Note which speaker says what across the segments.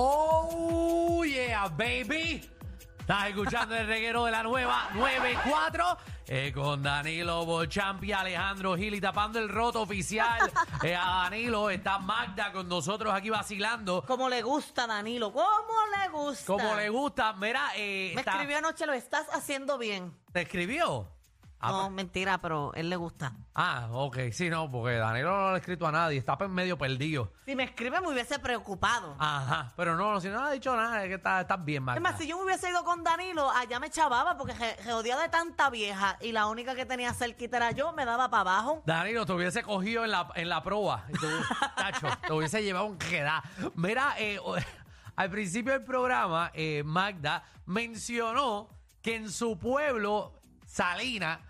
Speaker 1: Oh, yeah, baby. Estás escuchando el reguero de la nueva 94 eh, con Danilo Bochampi, Alejandro Gil y tapando el roto oficial eh, a Danilo. Está Magda con nosotros aquí vacilando.
Speaker 2: Como le gusta, Danilo. Como le gusta.
Speaker 1: Como le gusta. Mira, eh,
Speaker 2: Me
Speaker 1: está-
Speaker 2: escribió anoche, lo estás haciendo bien.
Speaker 1: ¿te escribió? Ah,
Speaker 2: No, mentira, pero él le gusta.
Speaker 1: Ah, ok, sí, no, porque Danilo no lo ha escrito a nadie, está pe- medio perdido.
Speaker 2: Si me escribe, me hubiese preocupado.
Speaker 1: Ah, Ajá, pero no, si no ha dicho nada, es que está- estás bien, Magda.
Speaker 2: Es más, si yo me hubiese ido con Danilo, allá me chavaba porque se se odiaba de tanta vieja y la única que tenía cerquita era yo, me daba para abajo.
Speaker 1: Danilo, te hubiese cogido en la, en la proa. y te hu- Tacho, te hubiese llevado un queda. Mira, eh, o- al principio del programa, eh, Magda mencionó que en su pueblo, Salina,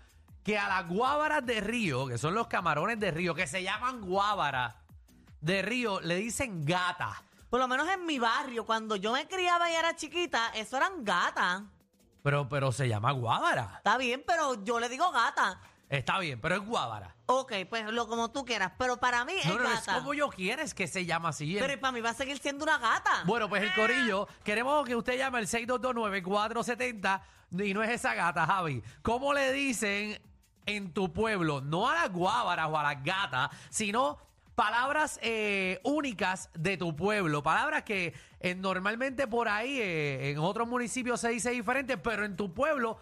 Speaker 1: que a las guábaras de río, que son los camarones de río, que se llaman guábaras de río, le dicen gata.
Speaker 2: Por lo menos en mi barrio, cuando yo me criaba y era chiquita, eso eran gatas.
Speaker 1: Pero, pero se llama guábara.
Speaker 2: Está bien, pero yo le digo gata.
Speaker 1: Está bien, pero es guábara.
Speaker 2: Ok, pues lo como tú quieras, pero para mí es
Speaker 1: No, no, no, es
Speaker 2: gata.
Speaker 1: como yo quieres que se llama así.
Speaker 2: Pero y para mí va a seguir siendo una gata.
Speaker 1: Bueno, pues el corillo, queremos que usted llame al 6229470 y no es esa gata, Javi. ¿Cómo le dicen en tu pueblo, no a las guábaras o a las gatas, sino palabras eh, únicas de tu pueblo? Palabras que eh, normalmente por ahí eh, en otros municipios se dice diferente, pero en tu pueblo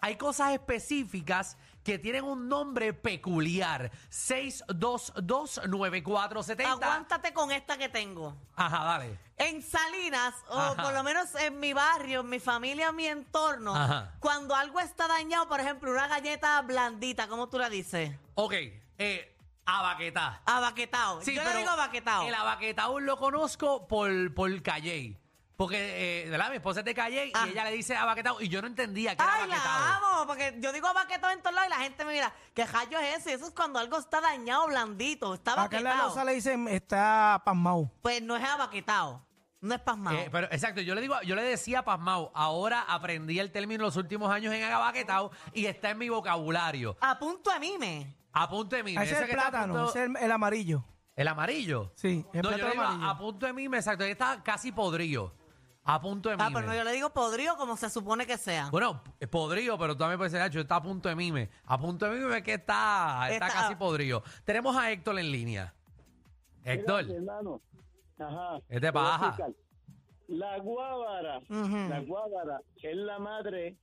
Speaker 1: hay cosas específicas que tienen un nombre peculiar. 6229470.
Speaker 2: Aguántate con esta que tengo.
Speaker 1: Ajá, dale.
Speaker 2: En Salinas, o
Speaker 1: Ajá.
Speaker 2: por lo menos en mi barrio, en mi familia, en mi entorno,
Speaker 1: Ajá.
Speaker 2: cuando algo está dañado, por ejemplo, una galleta blandita, ¿cómo tú la dices?
Speaker 1: Ok, eh, abaquetá.
Speaker 2: Abaquetao. Yo le digo abaquetao.
Speaker 1: El abaquetao lo conozco por, por Calle. Porque, eh, ¿verdad? Mi esposa es de Calle
Speaker 2: Ah.
Speaker 1: y ella le dice abaquetao y yo no entendía que era
Speaker 2: Ay, la
Speaker 1: abaquetao.
Speaker 2: amo, porque yo digo abaquetao en todos lados y la gente me mira, ¿qué rayo es ese? Eso es cuando algo está dañado, blandito, está
Speaker 3: Acá en la
Speaker 2: abaquetao.
Speaker 3: losa le dicen está pasmado.
Speaker 2: Pues no es abaquetao, no es pasmado.
Speaker 1: Eh, pero exacto, yo le digo, yo le decía pasmao, ahora aprendí el término los últimos años en abaquetao y está en mi vocabulario.
Speaker 2: A punto de mime.
Speaker 1: Apunte mi
Speaker 3: Ah, Ese es el plátano, ese es el, el amarillo.
Speaker 1: el amarillo.
Speaker 3: Sí, el
Speaker 1: no, yo
Speaker 3: plátano
Speaker 1: le digo,
Speaker 3: amarillo.
Speaker 1: a punto de mí, exacto, él está casi podrido. A punto de mí.
Speaker 2: Ah, pero no, yo le digo podrido como se supone que sea.
Speaker 1: Bueno, p- eh, podrido, pero también puede ser Nacho, está a punto de mime. A punto de mime es que está, está,
Speaker 2: Está-
Speaker 1: casi podrido. Tenemos a Héctor en línea. Héctor,
Speaker 4: Mira, hermano. Ajá.
Speaker 1: ¿Qué te
Speaker 4: Te voy a
Speaker 1: pasa?
Speaker 4: explicar. La guábara,
Speaker 2: Ujú.
Speaker 4: la guábara es la madre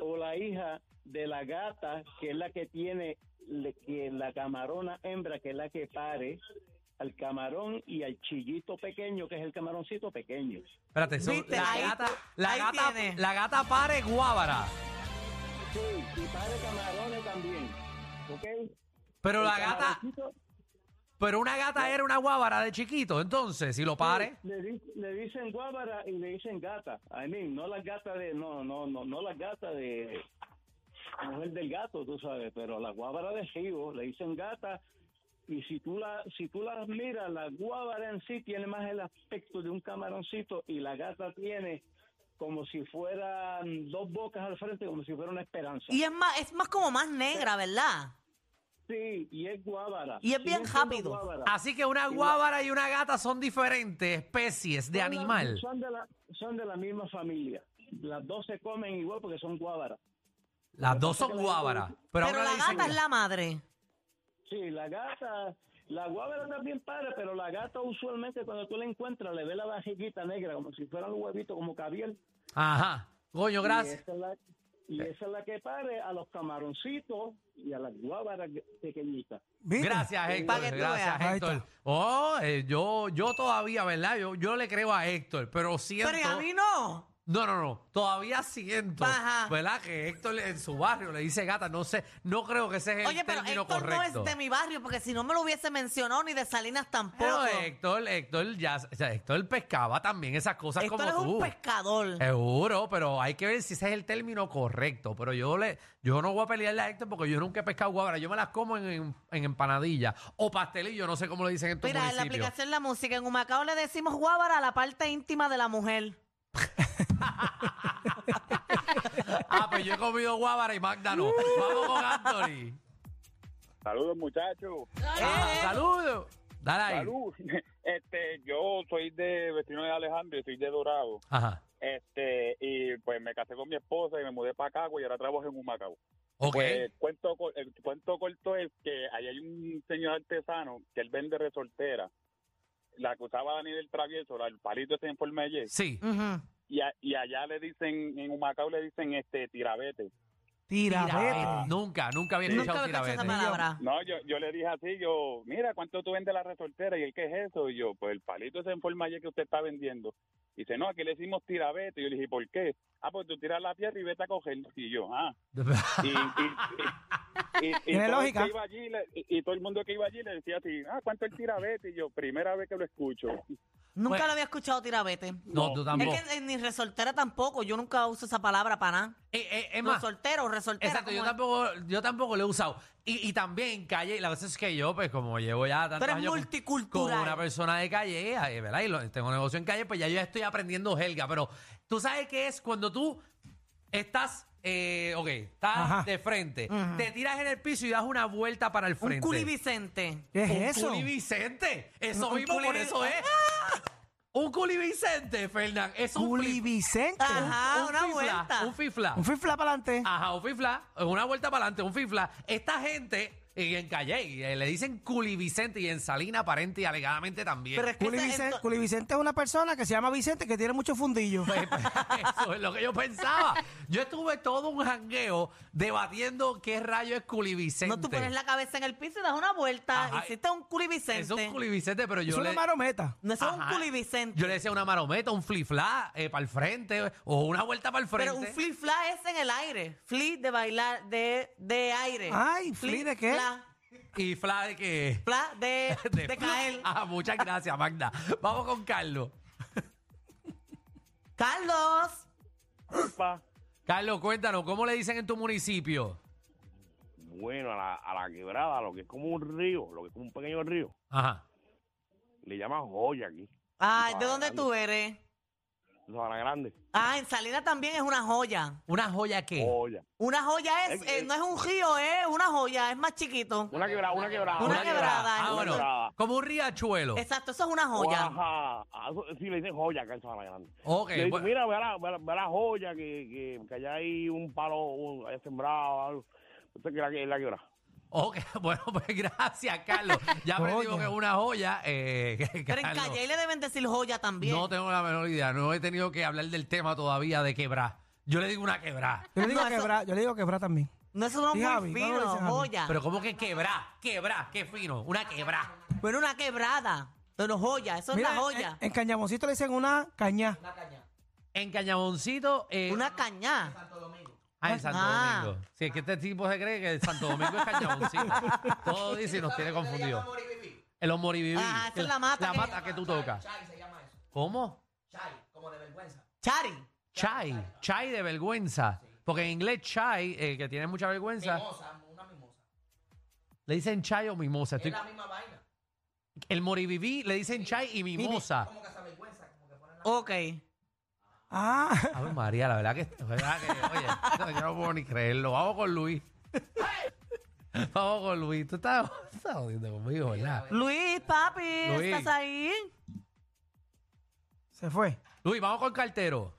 Speaker 4: o la hija de la gata, que es la que tiene le- que la camarona hembra, que es la que pare al camarón y al chillito pequeño, que es el camaroncito pequeño.
Speaker 1: espérate, son-
Speaker 2: Viste,
Speaker 1: la,
Speaker 2: ahí-
Speaker 1: gata, la,
Speaker 2: ahí
Speaker 1: gata,
Speaker 2: tiene.
Speaker 1: la gata pare guábara.
Speaker 4: Sí, y pare camarones también. ¿Ok?
Speaker 1: Pero
Speaker 4: El
Speaker 1: la gata,
Speaker 4: camaroncito
Speaker 1: pero una gata era una guábara de chiquito, entonces, si lo pare.
Speaker 4: Le, di- le dicen guábara y le dicen gata. I mean, no las gatas de, no, no, no, no las gatas de mujer del gato, tú sabes, pero la guábara de río le dicen gata. Y si tú la, si tú las miras, la guábara en sí tiene más el aspecto de un camaroncito y la gata tiene como si fueran dos bocas al frente, como si fuera una esperanza.
Speaker 2: Y es más, es más como más negra, ¿verdad?
Speaker 4: sí, y es guábara.
Speaker 2: Y es
Speaker 4: Sigue
Speaker 2: bien
Speaker 4: siendo
Speaker 2: rápido.
Speaker 4: guábara.
Speaker 1: Así que una
Speaker 4: la-
Speaker 1: guábara y una gata son diferentes especies de
Speaker 4: Son la-
Speaker 1: animal.
Speaker 4: Son de, la, son de la misma familia. Las dos se comen igual porque son guábaras.
Speaker 1: Las dos son guábaras, pero, a
Speaker 2: Pero
Speaker 1: una
Speaker 2: la
Speaker 1: le dicen-
Speaker 2: gata es la madre.
Speaker 4: Sí, la gata, la guábara también padre, pero la gata usualmente cuando tú la encuentras le ve la bajiguita negra como si fueran un huevito, como caviar.
Speaker 1: Ajá, coño,
Speaker 4: Y
Speaker 1: gracias.
Speaker 4: esa es la, y esa es la que pare a los camaroncitos y a las guábaras pequeñitas.
Speaker 3: ¿Viste?
Speaker 1: Gracias, Héctor.
Speaker 2: Para que tú
Speaker 1: Gracias,
Speaker 3: veas. Ahí
Speaker 1: Héctor.
Speaker 3: está.
Speaker 1: Oh, eh, yo, yo todavía, ¿verdad? Yo, yo le creo a Héctor, pero siento.
Speaker 2: Pero y a mí no.
Speaker 1: No, no, no. Todavía siento,
Speaker 2: Ajá.
Speaker 1: ¿verdad? Que Héctor en su barrio le dice gata. No sé, no creo que ese es el
Speaker 2: Oye, pero
Speaker 1: término
Speaker 2: Héctor
Speaker 1: correcto.
Speaker 2: no es de mi barrio, porque si no me lo hubiese mencionado ni de Salinas tampoco.
Speaker 1: Pero eh, Héctor, Héctor ya, o sea, Héctor pescaba también esas cosas
Speaker 2: Héctor
Speaker 1: como
Speaker 2: es
Speaker 1: tú.
Speaker 2: un pescador.
Speaker 1: Seguro, pero hay que ver si ese es el término correcto. Pero yo le, yo no voy a pelearle a Héctor porque yo nunca he pescado guabra. Yo me las como en, en, en empanadilla o pastelillo, no sé cómo le dicen en tu
Speaker 2: Mira, en la
Speaker 1: municipio.
Speaker 2: aplicación La Música, en Humacao le decimos guábara a la parte íntima de la mujer.
Speaker 1: Ah, pues yo he comido guábara y Magda no. Vamos con Anthony.
Speaker 5: Saludos, muchachos.
Speaker 2: Eh,
Speaker 1: Ah, Saludos. Dale ahí.
Speaker 5: Salud. Este, yo soy de vecino de Alejandro y soy de Dorado.
Speaker 1: Ajá.
Speaker 5: Este, y pues me casé con mi esposa y me mudé para Cagua y ahora trabajo en Humacao.
Speaker 1: Ok.
Speaker 5: Pues, cuento, cor- el cuento corto es que ahí hay un señor artesano que él vende resortera. La que usaba Daniel el Travieso, la- el palito ese en forma de Y.
Speaker 1: sí.
Speaker 2: Ujú.
Speaker 5: Y, a- y allá le dicen, en Humacao le dicen este tirabete.
Speaker 1: Tirabete.
Speaker 3: Tirabete.
Speaker 1: eh, Nunca, nunca había
Speaker 5: Sí.
Speaker 1: escuchado
Speaker 2: Nunca me escuché esa
Speaker 1: tirabete.
Speaker 2: palabra.
Speaker 5: No, yo, yo le dije así, yo, mira, ¿cuánto tú vendes la resortera? Y él, ¿qué es eso? Y yo, pues el palito ese en forma de Y que usted está vendiendo. Y dice, no, aquí le decimos tirabete. Y yo le dije, ¿por qué? Ah, pues tú tiras la piedra y vete a coger. Y yo, ah. Y, y- y- y- y
Speaker 3: Tiene
Speaker 5: todo el
Speaker 3: lógica.
Speaker 5: que iba allí le- y, y todo el mundo que iba allí le decía así, ah, ¿cuánto el tirabete? Y yo, primera vez que lo escucho.
Speaker 2: Nunca
Speaker 1: Pues-
Speaker 2: lo había escuchado tirabete.
Speaker 1: No, tú tampoco.
Speaker 2: Es que eh, ni resortera tampoco. Yo nunca uso esa palabra para nada.
Speaker 1: Eh, eh, es más,
Speaker 2: Resortero, resortera.
Speaker 1: Exacto,
Speaker 2: ¿cómo
Speaker 1: yo
Speaker 2: es?
Speaker 1: tampoco, yo tampoco lo he usado. Y, y también en calle, la verdad es que yo, pues como llevo ya tantos
Speaker 2: eres
Speaker 1: años con-
Speaker 2: multicultural.
Speaker 1: como una persona de calle, eh, ¿verdad? Y lo- tengo negocio en calle, pues ya yo ya estoy aprendiendo helga. Pero tú sabes qué es cuando tú estás, eh, ok, estás
Speaker 3: Ajá.
Speaker 1: de frente, te tiras en el piso y das una vuelta para el frente.
Speaker 2: Un culivicente.
Speaker 3: ¿Qué es
Speaker 1: Un
Speaker 3: eso?
Speaker 1: culivicente. Eso
Speaker 3: Un
Speaker 1: mismo, por
Speaker 3: culivi-
Speaker 1: eso es. Un culivicente, Fernán. Es un
Speaker 3: Juli
Speaker 1: flip-
Speaker 3: Vicente.
Speaker 2: Ajá,
Speaker 1: un
Speaker 2: una
Speaker 1: fifla,
Speaker 2: vuelta.
Speaker 1: Un fifla.
Speaker 3: Ah, Un fifla para adelante.
Speaker 1: Ajá, un fifla, una vuelta para adelante, un fifla. Esta gente, y en Calle, y, eh, le dicen culivicente y en Salina aparente y alegadamente también.
Speaker 2: Pero es que
Speaker 3: Juli
Speaker 2: ese-
Speaker 3: Vicente,
Speaker 2: esto-
Speaker 3: Juli Vicente es una persona que se llama Vicente que tiene mucho fundillo.
Speaker 1: Pues, pues, eso es lo que yo pensaba. Yo estuve todo un jangueo debatiendo qué rayo es culivicente.
Speaker 2: no, tú pones la cabeza en el piso y das una vuelta.
Speaker 1: Ajá.
Speaker 2: Hiciste un culivicente.
Speaker 1: Es un culivicente, pero
Speaker 3: es
Speaker 1: yo
Speaker 3: una
Speaker 1: le,
Speaker 3: marometa.
Speaker 2: No, eso es un
Speaker 1: Ajá.
Speaker 2: culivicente.
Speaker 1: yo le decía una marometa, un flifla para el frente o una vuelta para el frente.
Speaker 2: Pero un flip fla es en el aire. Flip de bailar, de, de aire.
Speaker 3: Ay, ¿fli de qué?
Speaker 2: fla,
Speaker 1: Y fla de que...
Speaker 2: fla de, de, caer.
Speaker 1: Ah, muchas gracias, Magda. Vamos con Carlos.
Speaker 2: Carlos.
Speaker 5: Pa.
Speaker 1: Carlos, cuéntanos, ¿cómo le dicen en tu municipio?
Speaker 6: Bueno, a la, a la quebrada, lo que es como un río, lo que es como un pequeño río,
Speaker 1: Ajá.
Speaker 6: le llaman joya aquí.
Speaker 2: Ay, ¿de
Speaker 6: Sabana
Speaker 2: dónde tú eres?
Speaker 6: Sabana Grande,
Speaker 2: Ah, en Salina también es una joya.
Speaker 1: ¿Una joya qué?
Speaker 6: joya.
Speaker 2: Una joya es,
Speaker 6: Es-
Speaker 2: eh,
Speaker 6: es-
Speaker 2: no es un río, es una joya, es más chiquito.
Speaker 6: Una quebrada, una quebrada.
Speaker 2: Una quebrada,
Speaker 1: Ah,
Speaker 2: una
Speaker 1: bueno.
Speaker 6: quebrada.
Speaker 1: Como un riachuelo.
Speaker 2: Exacto, eso es una joya.
Speaker 6: Ajá. Ah, eso- Sí, le dicen joya acá en Sabana Grande.
Speaker 1: Ok,
Speaker 6: Le dicen,
Speaker 1: bueno.
Speaker 6: mira, ve la, ve la- ve la joya que, que, que allá hay un palo un- ahí sembrado, algo. Eso es que la, que- la quebrada.
Speaker 1: Ok, bueno, pues gracias, Carlos. Ya aprendimos
Speaker 3: Joya.
Speaker 1: que es una joya. eh,
Speaker 2: Pero en
Speaker 1: Carlos,
Speaker 2: Calle le deben decir joya también.
Speaker 1: No tengo la menor idea. No he tenido que hablar del tema todavía de quebrar. Yo le digo una quebrar.
Speaker 3: Yo le digo
Speaker 2: No, eso-
Speaker 3: quebrar, yo le digo quebrar también.
Speaker 2: No, eso no es
Speaker 3: Sí,
Speaker 2: muy
Speaker 3: Javi, ¿cómo
Speaker 2: fino,
Speaker 3: le dicen, Javi?
Speaker 2: joya.
Speaker 1: Pero ¿cómo que quebrar? Quebrar, qué fino. Una quebrar.
Speaker 2: Bueno, una quebrada. Pero joya, eso
Speaker 3: Mira, eh,
Speaker 2: es la joya.
Speaker 3: En, en Cañamoncito le dicen una caña.
Speaker 1: En Cañaboncito. eh,
Speaker 2: una cañá.
Speaker 1: Ah, en Santo
Speaker 2: Ah.
Speaker 1: Domingo. Si es que este tipo se cree que el Santo Domingo es Cañaboncito. Todo dice y nos tiene confundidos. Eh, Los moribibí.
Speaker 2: Ah, esa es la mata
Speaker 1: La
Speaker 2: que-
Speaker 1: mata que tú tocas. ¿Cómo?
Speaker 2: Chari.
Speaker 1: Chai, chai de vergüenza. Porque en inglés chai, eh, que tiene mucha vergüenza. Le dicen chai o mimosa. Estoy- El moribibí le dicen chai y mimosa.
Speaker 2: Ok.
Speaker 3: Ah,
Speaker 1: A ver, María, la verdad que, la verdad que- oye, no, yo no puedo ni creerlo. Vamos con Luis. Vamos con Luis. Tú estás, estás jodiendo conmigo, ¿verdad?
Speaker 2: Luis, papi,
Speaker 1: Luis.
Speaker 2: ¿estás ahí?
Speaker 3: se fue.
Speaker 1: Luis, vamos con Cartero.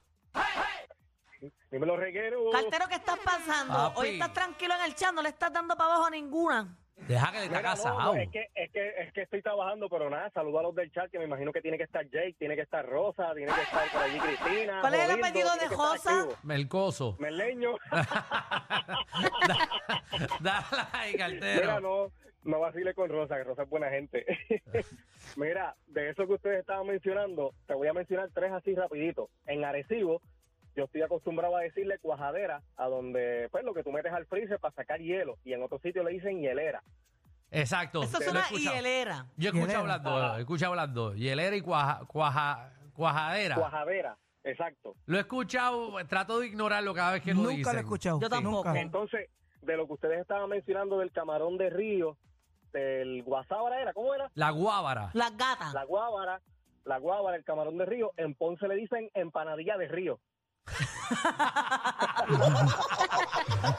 Speaker 5: Dímelo, reguero.
Speaker 2: Cartero, ¿qué estás pasando?
Speaker 1: Papi.
Speaker 2: Hoy estás tranquilo en el chat, no le estás dando para abajo a ninguna.
Speaker 1: Deja que le está
Speaker 5: Mira, no, no,
Speaker 1: casado.
Speaker 5: es, que, es, que, es que estoy trabajando, pero nada, saludo a los del chat, que me imagino que tiene que estar Jake, tiene que estar Rosa, tiene que estar por allí Cristina.
Speaker 2: ¿Cuál es el
Speaker 5: Jobildo,
Speaker 2: apellido
Speaker 5: tiene
Speaker 2: de
Speaker 5: que estar
Speaker 2: Rosa?
Speaker 5: activo.
Speaker 1: Melcoso.
Speaker 5: Meleño.
Speaker 1: Dale ahí,
Speaker 5: Mira,
Speaker 1: Cartero.
Speaker 5: no, no vacile con Rosa, que Rosa es buena gente. Mira, de eso que ustedes estaban mencionando, te voy a mencionar tres así rapidito. En Arecibo, yo estoy acostumbrado a decirle cuajadera, a donde, pues, lo que tú metes al freezer para sacar hielo, y en otro sitio le dicen hielera.
Speaker 1: Exacto.
Speaker 2: Eso
Speaker 1: lo
Speaker 2: es
Speaker 1: he
Speaker 2: una
Speaker 1: escuchado.
Speaker 2: hielera.
Speaker 1: Yo escucho
Speaker 3: Hielera.
Speaker 1: hablando, escucho hablando. Hielera y cuaja, cuaja- cuajadera.
Speaker 5: Cuajadera, exacto.
Speaker 1: Lo he escuchado, trato de ignorarlo cada vez que lo
Speaker 3: Nunca
Speaker 1: dicen.
Speaker 3: lo he escuchado.
Speaker 2: Yo tampoco.
Speaker 3: Nunca.
Speaker 5: Entonces, de lo que ustedes estaban mencionando del camarón de río, del guasábara era, ¿cómo era?
Speaker 1: La guábara.
Speaker 2: Las gatas.
Speaker 5: La guábara, la guábara, el camarón de río, en Ponce le dicen empanadilla de río.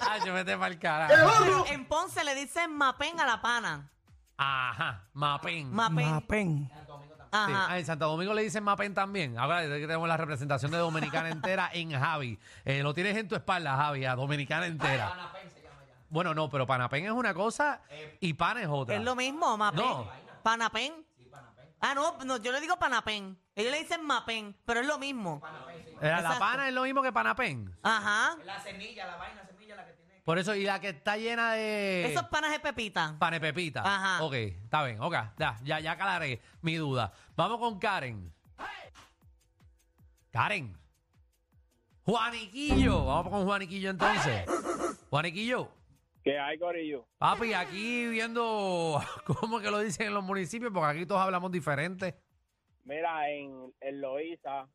Speaker 1: Ay, yo vete pa'l carajo.
Speaker 2: En Ponce le dicen mapen a la pana.
Speaker 1: Ajá, mapen.
Speaker 2: Mapen.
Speaker 3: Mapen.
Speaker 1: Sí.
Speaker 2: Ajá.
Speaker 1: Ah, en Santo Domingo le dicen Mapen también. Ahora desde que tenemos la representación de Dominicana entera en Javi. Eh, lo tienes en tu espalda, Javi, a Dominicana entera. Bueno, no, pero Panapén es una cosa y pan es otra.
Speaker 2: Es lo mismo, Mapen.
Speaker 1: No.
Speaker 2: Panapén. Ah, no, no, yo le digo Panapén. Ellos le dicen Mapen, pero es lo mismo.
Speaker 1: Eh, la
Speaker 2: Exacto.
Speaker 1: pana es lo mismo que Panapén.
Speaker 2: Ajá.
Speaker 1: Por eso, y la que está llena de...
Speaker 2: Esos panas de Pepita.
Speaker 1: Panepepita.
Speaker 2: Ajá.
Speaker 1: Ok, está bien, ok. Ya, ya, ya aclaré mi duda. Vamos con Karen. Karen. Juaniquillo. Vamos con Juaniquillo entonces. Juaniquillo.
Speaker 5: Que hay, Corillo?
Speaker 1: Papi, aquí viendo cómo que lo dicen en los municipios, porque aquí todos hablamos diferente.
Speaker 5: Mira, en, en Loíza,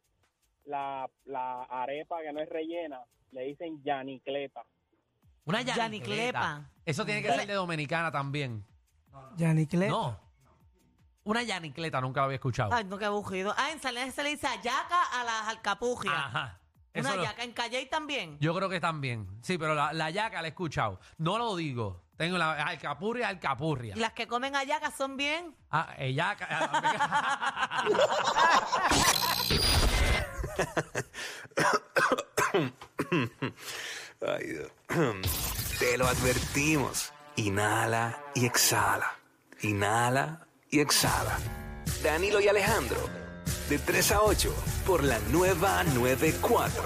Speaker 5: la, la arepa que no es rellena, le dicen yanicleta.
Speaker 1: Una
Speaker 2: Yaniclepa.
Speaker 1: yaniclepa. Eso tiene que ser de dominicana también.
Speaker 3: Yaniclet.
Speaker 1: No. Una yanicleta, nunca lo había escuchado.
Speaker 2: Ay, no, qué aburrido. Ah, en Salinas se le dice ayaca a las alcapugias.
Speaker 1: Ajá.
Speaker 2: Una
Speaker 1: Eso lo-
Speaker 2: yaca. En Calley también.
Speaker 1: Yo creo que también. Sí, pero la, la yaca la he escuchado. No lo digo. Tengo la alcapurria, alcapurria.
Speaker 2: Y las que comen ayacas son bien.
Speaker 1: Ah, eh, yaca. ah,
Speaker 7: Ay, Dios. Te lo advertimos. Inhala y exhala. Inhala y exhala. Danilo y Alejandro, de 3 a 8, por la nueva 94.